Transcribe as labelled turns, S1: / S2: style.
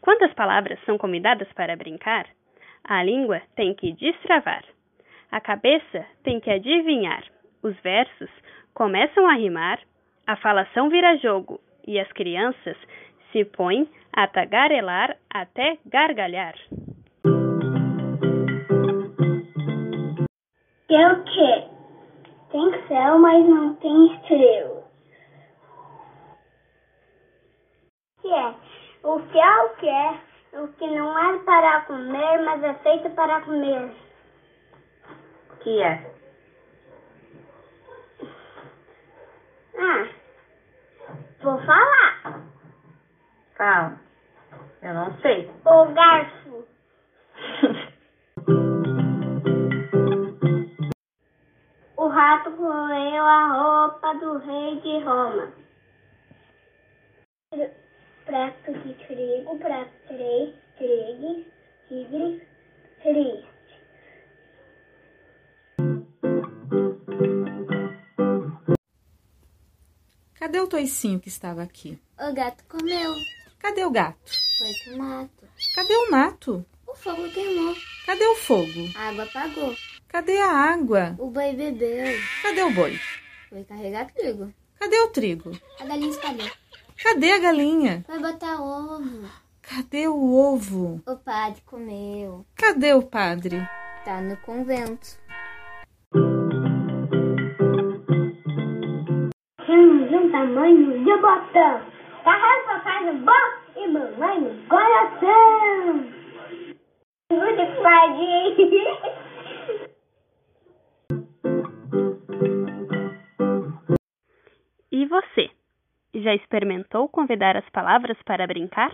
S1: Quando as palavras são convidadas para brincar, a língua tem que destravar. A cabeça tem que adivinhar. Os versos começam a rimar, a falação vira jogo e as crianças se põem a tagarelar até gargalhar.
S2: Deu que É tem céu, mas não tem estrela. Que é? O que é o que é, o que não é para comer, mas é feito para comer.
S3: O que é?
S2: Ah, vou falar.
S3: Fala. Ah, Eu não sei.
S2: O garfo. o rato roeu a roupa do rei de Roma. Prato de trigo para três tigres, tigres, três.
S4: Cadê o toicinho que estava aqui?
S5: O gato comeu.
S4: Cadê o gato?
S5: Foi pro mato.
S4: Cadê o mato?
S5: O fogo queimou.
S4: Cadê o fogo?
S5: A água apagou.
S4: Cadê a água?
S5: O boi bebeu.
S4: Cadê o boi?
S5: Foi carregar trigo.
S4: Cadê o trigo?
S5: A galinha espalhou.
S4: Cadê a galinha?
S5: Vai botar ovo.
S4: Cadê o ovo?
S5: O padre comeu.
S4: Cadê o padre?
S5: Tá no convento.
S2: Temos um tamanho de botão. Carrega papai no bolso e mamãe no coração. Muito padre.
S1: E você? Já experimentou convidar as palavras para brincar?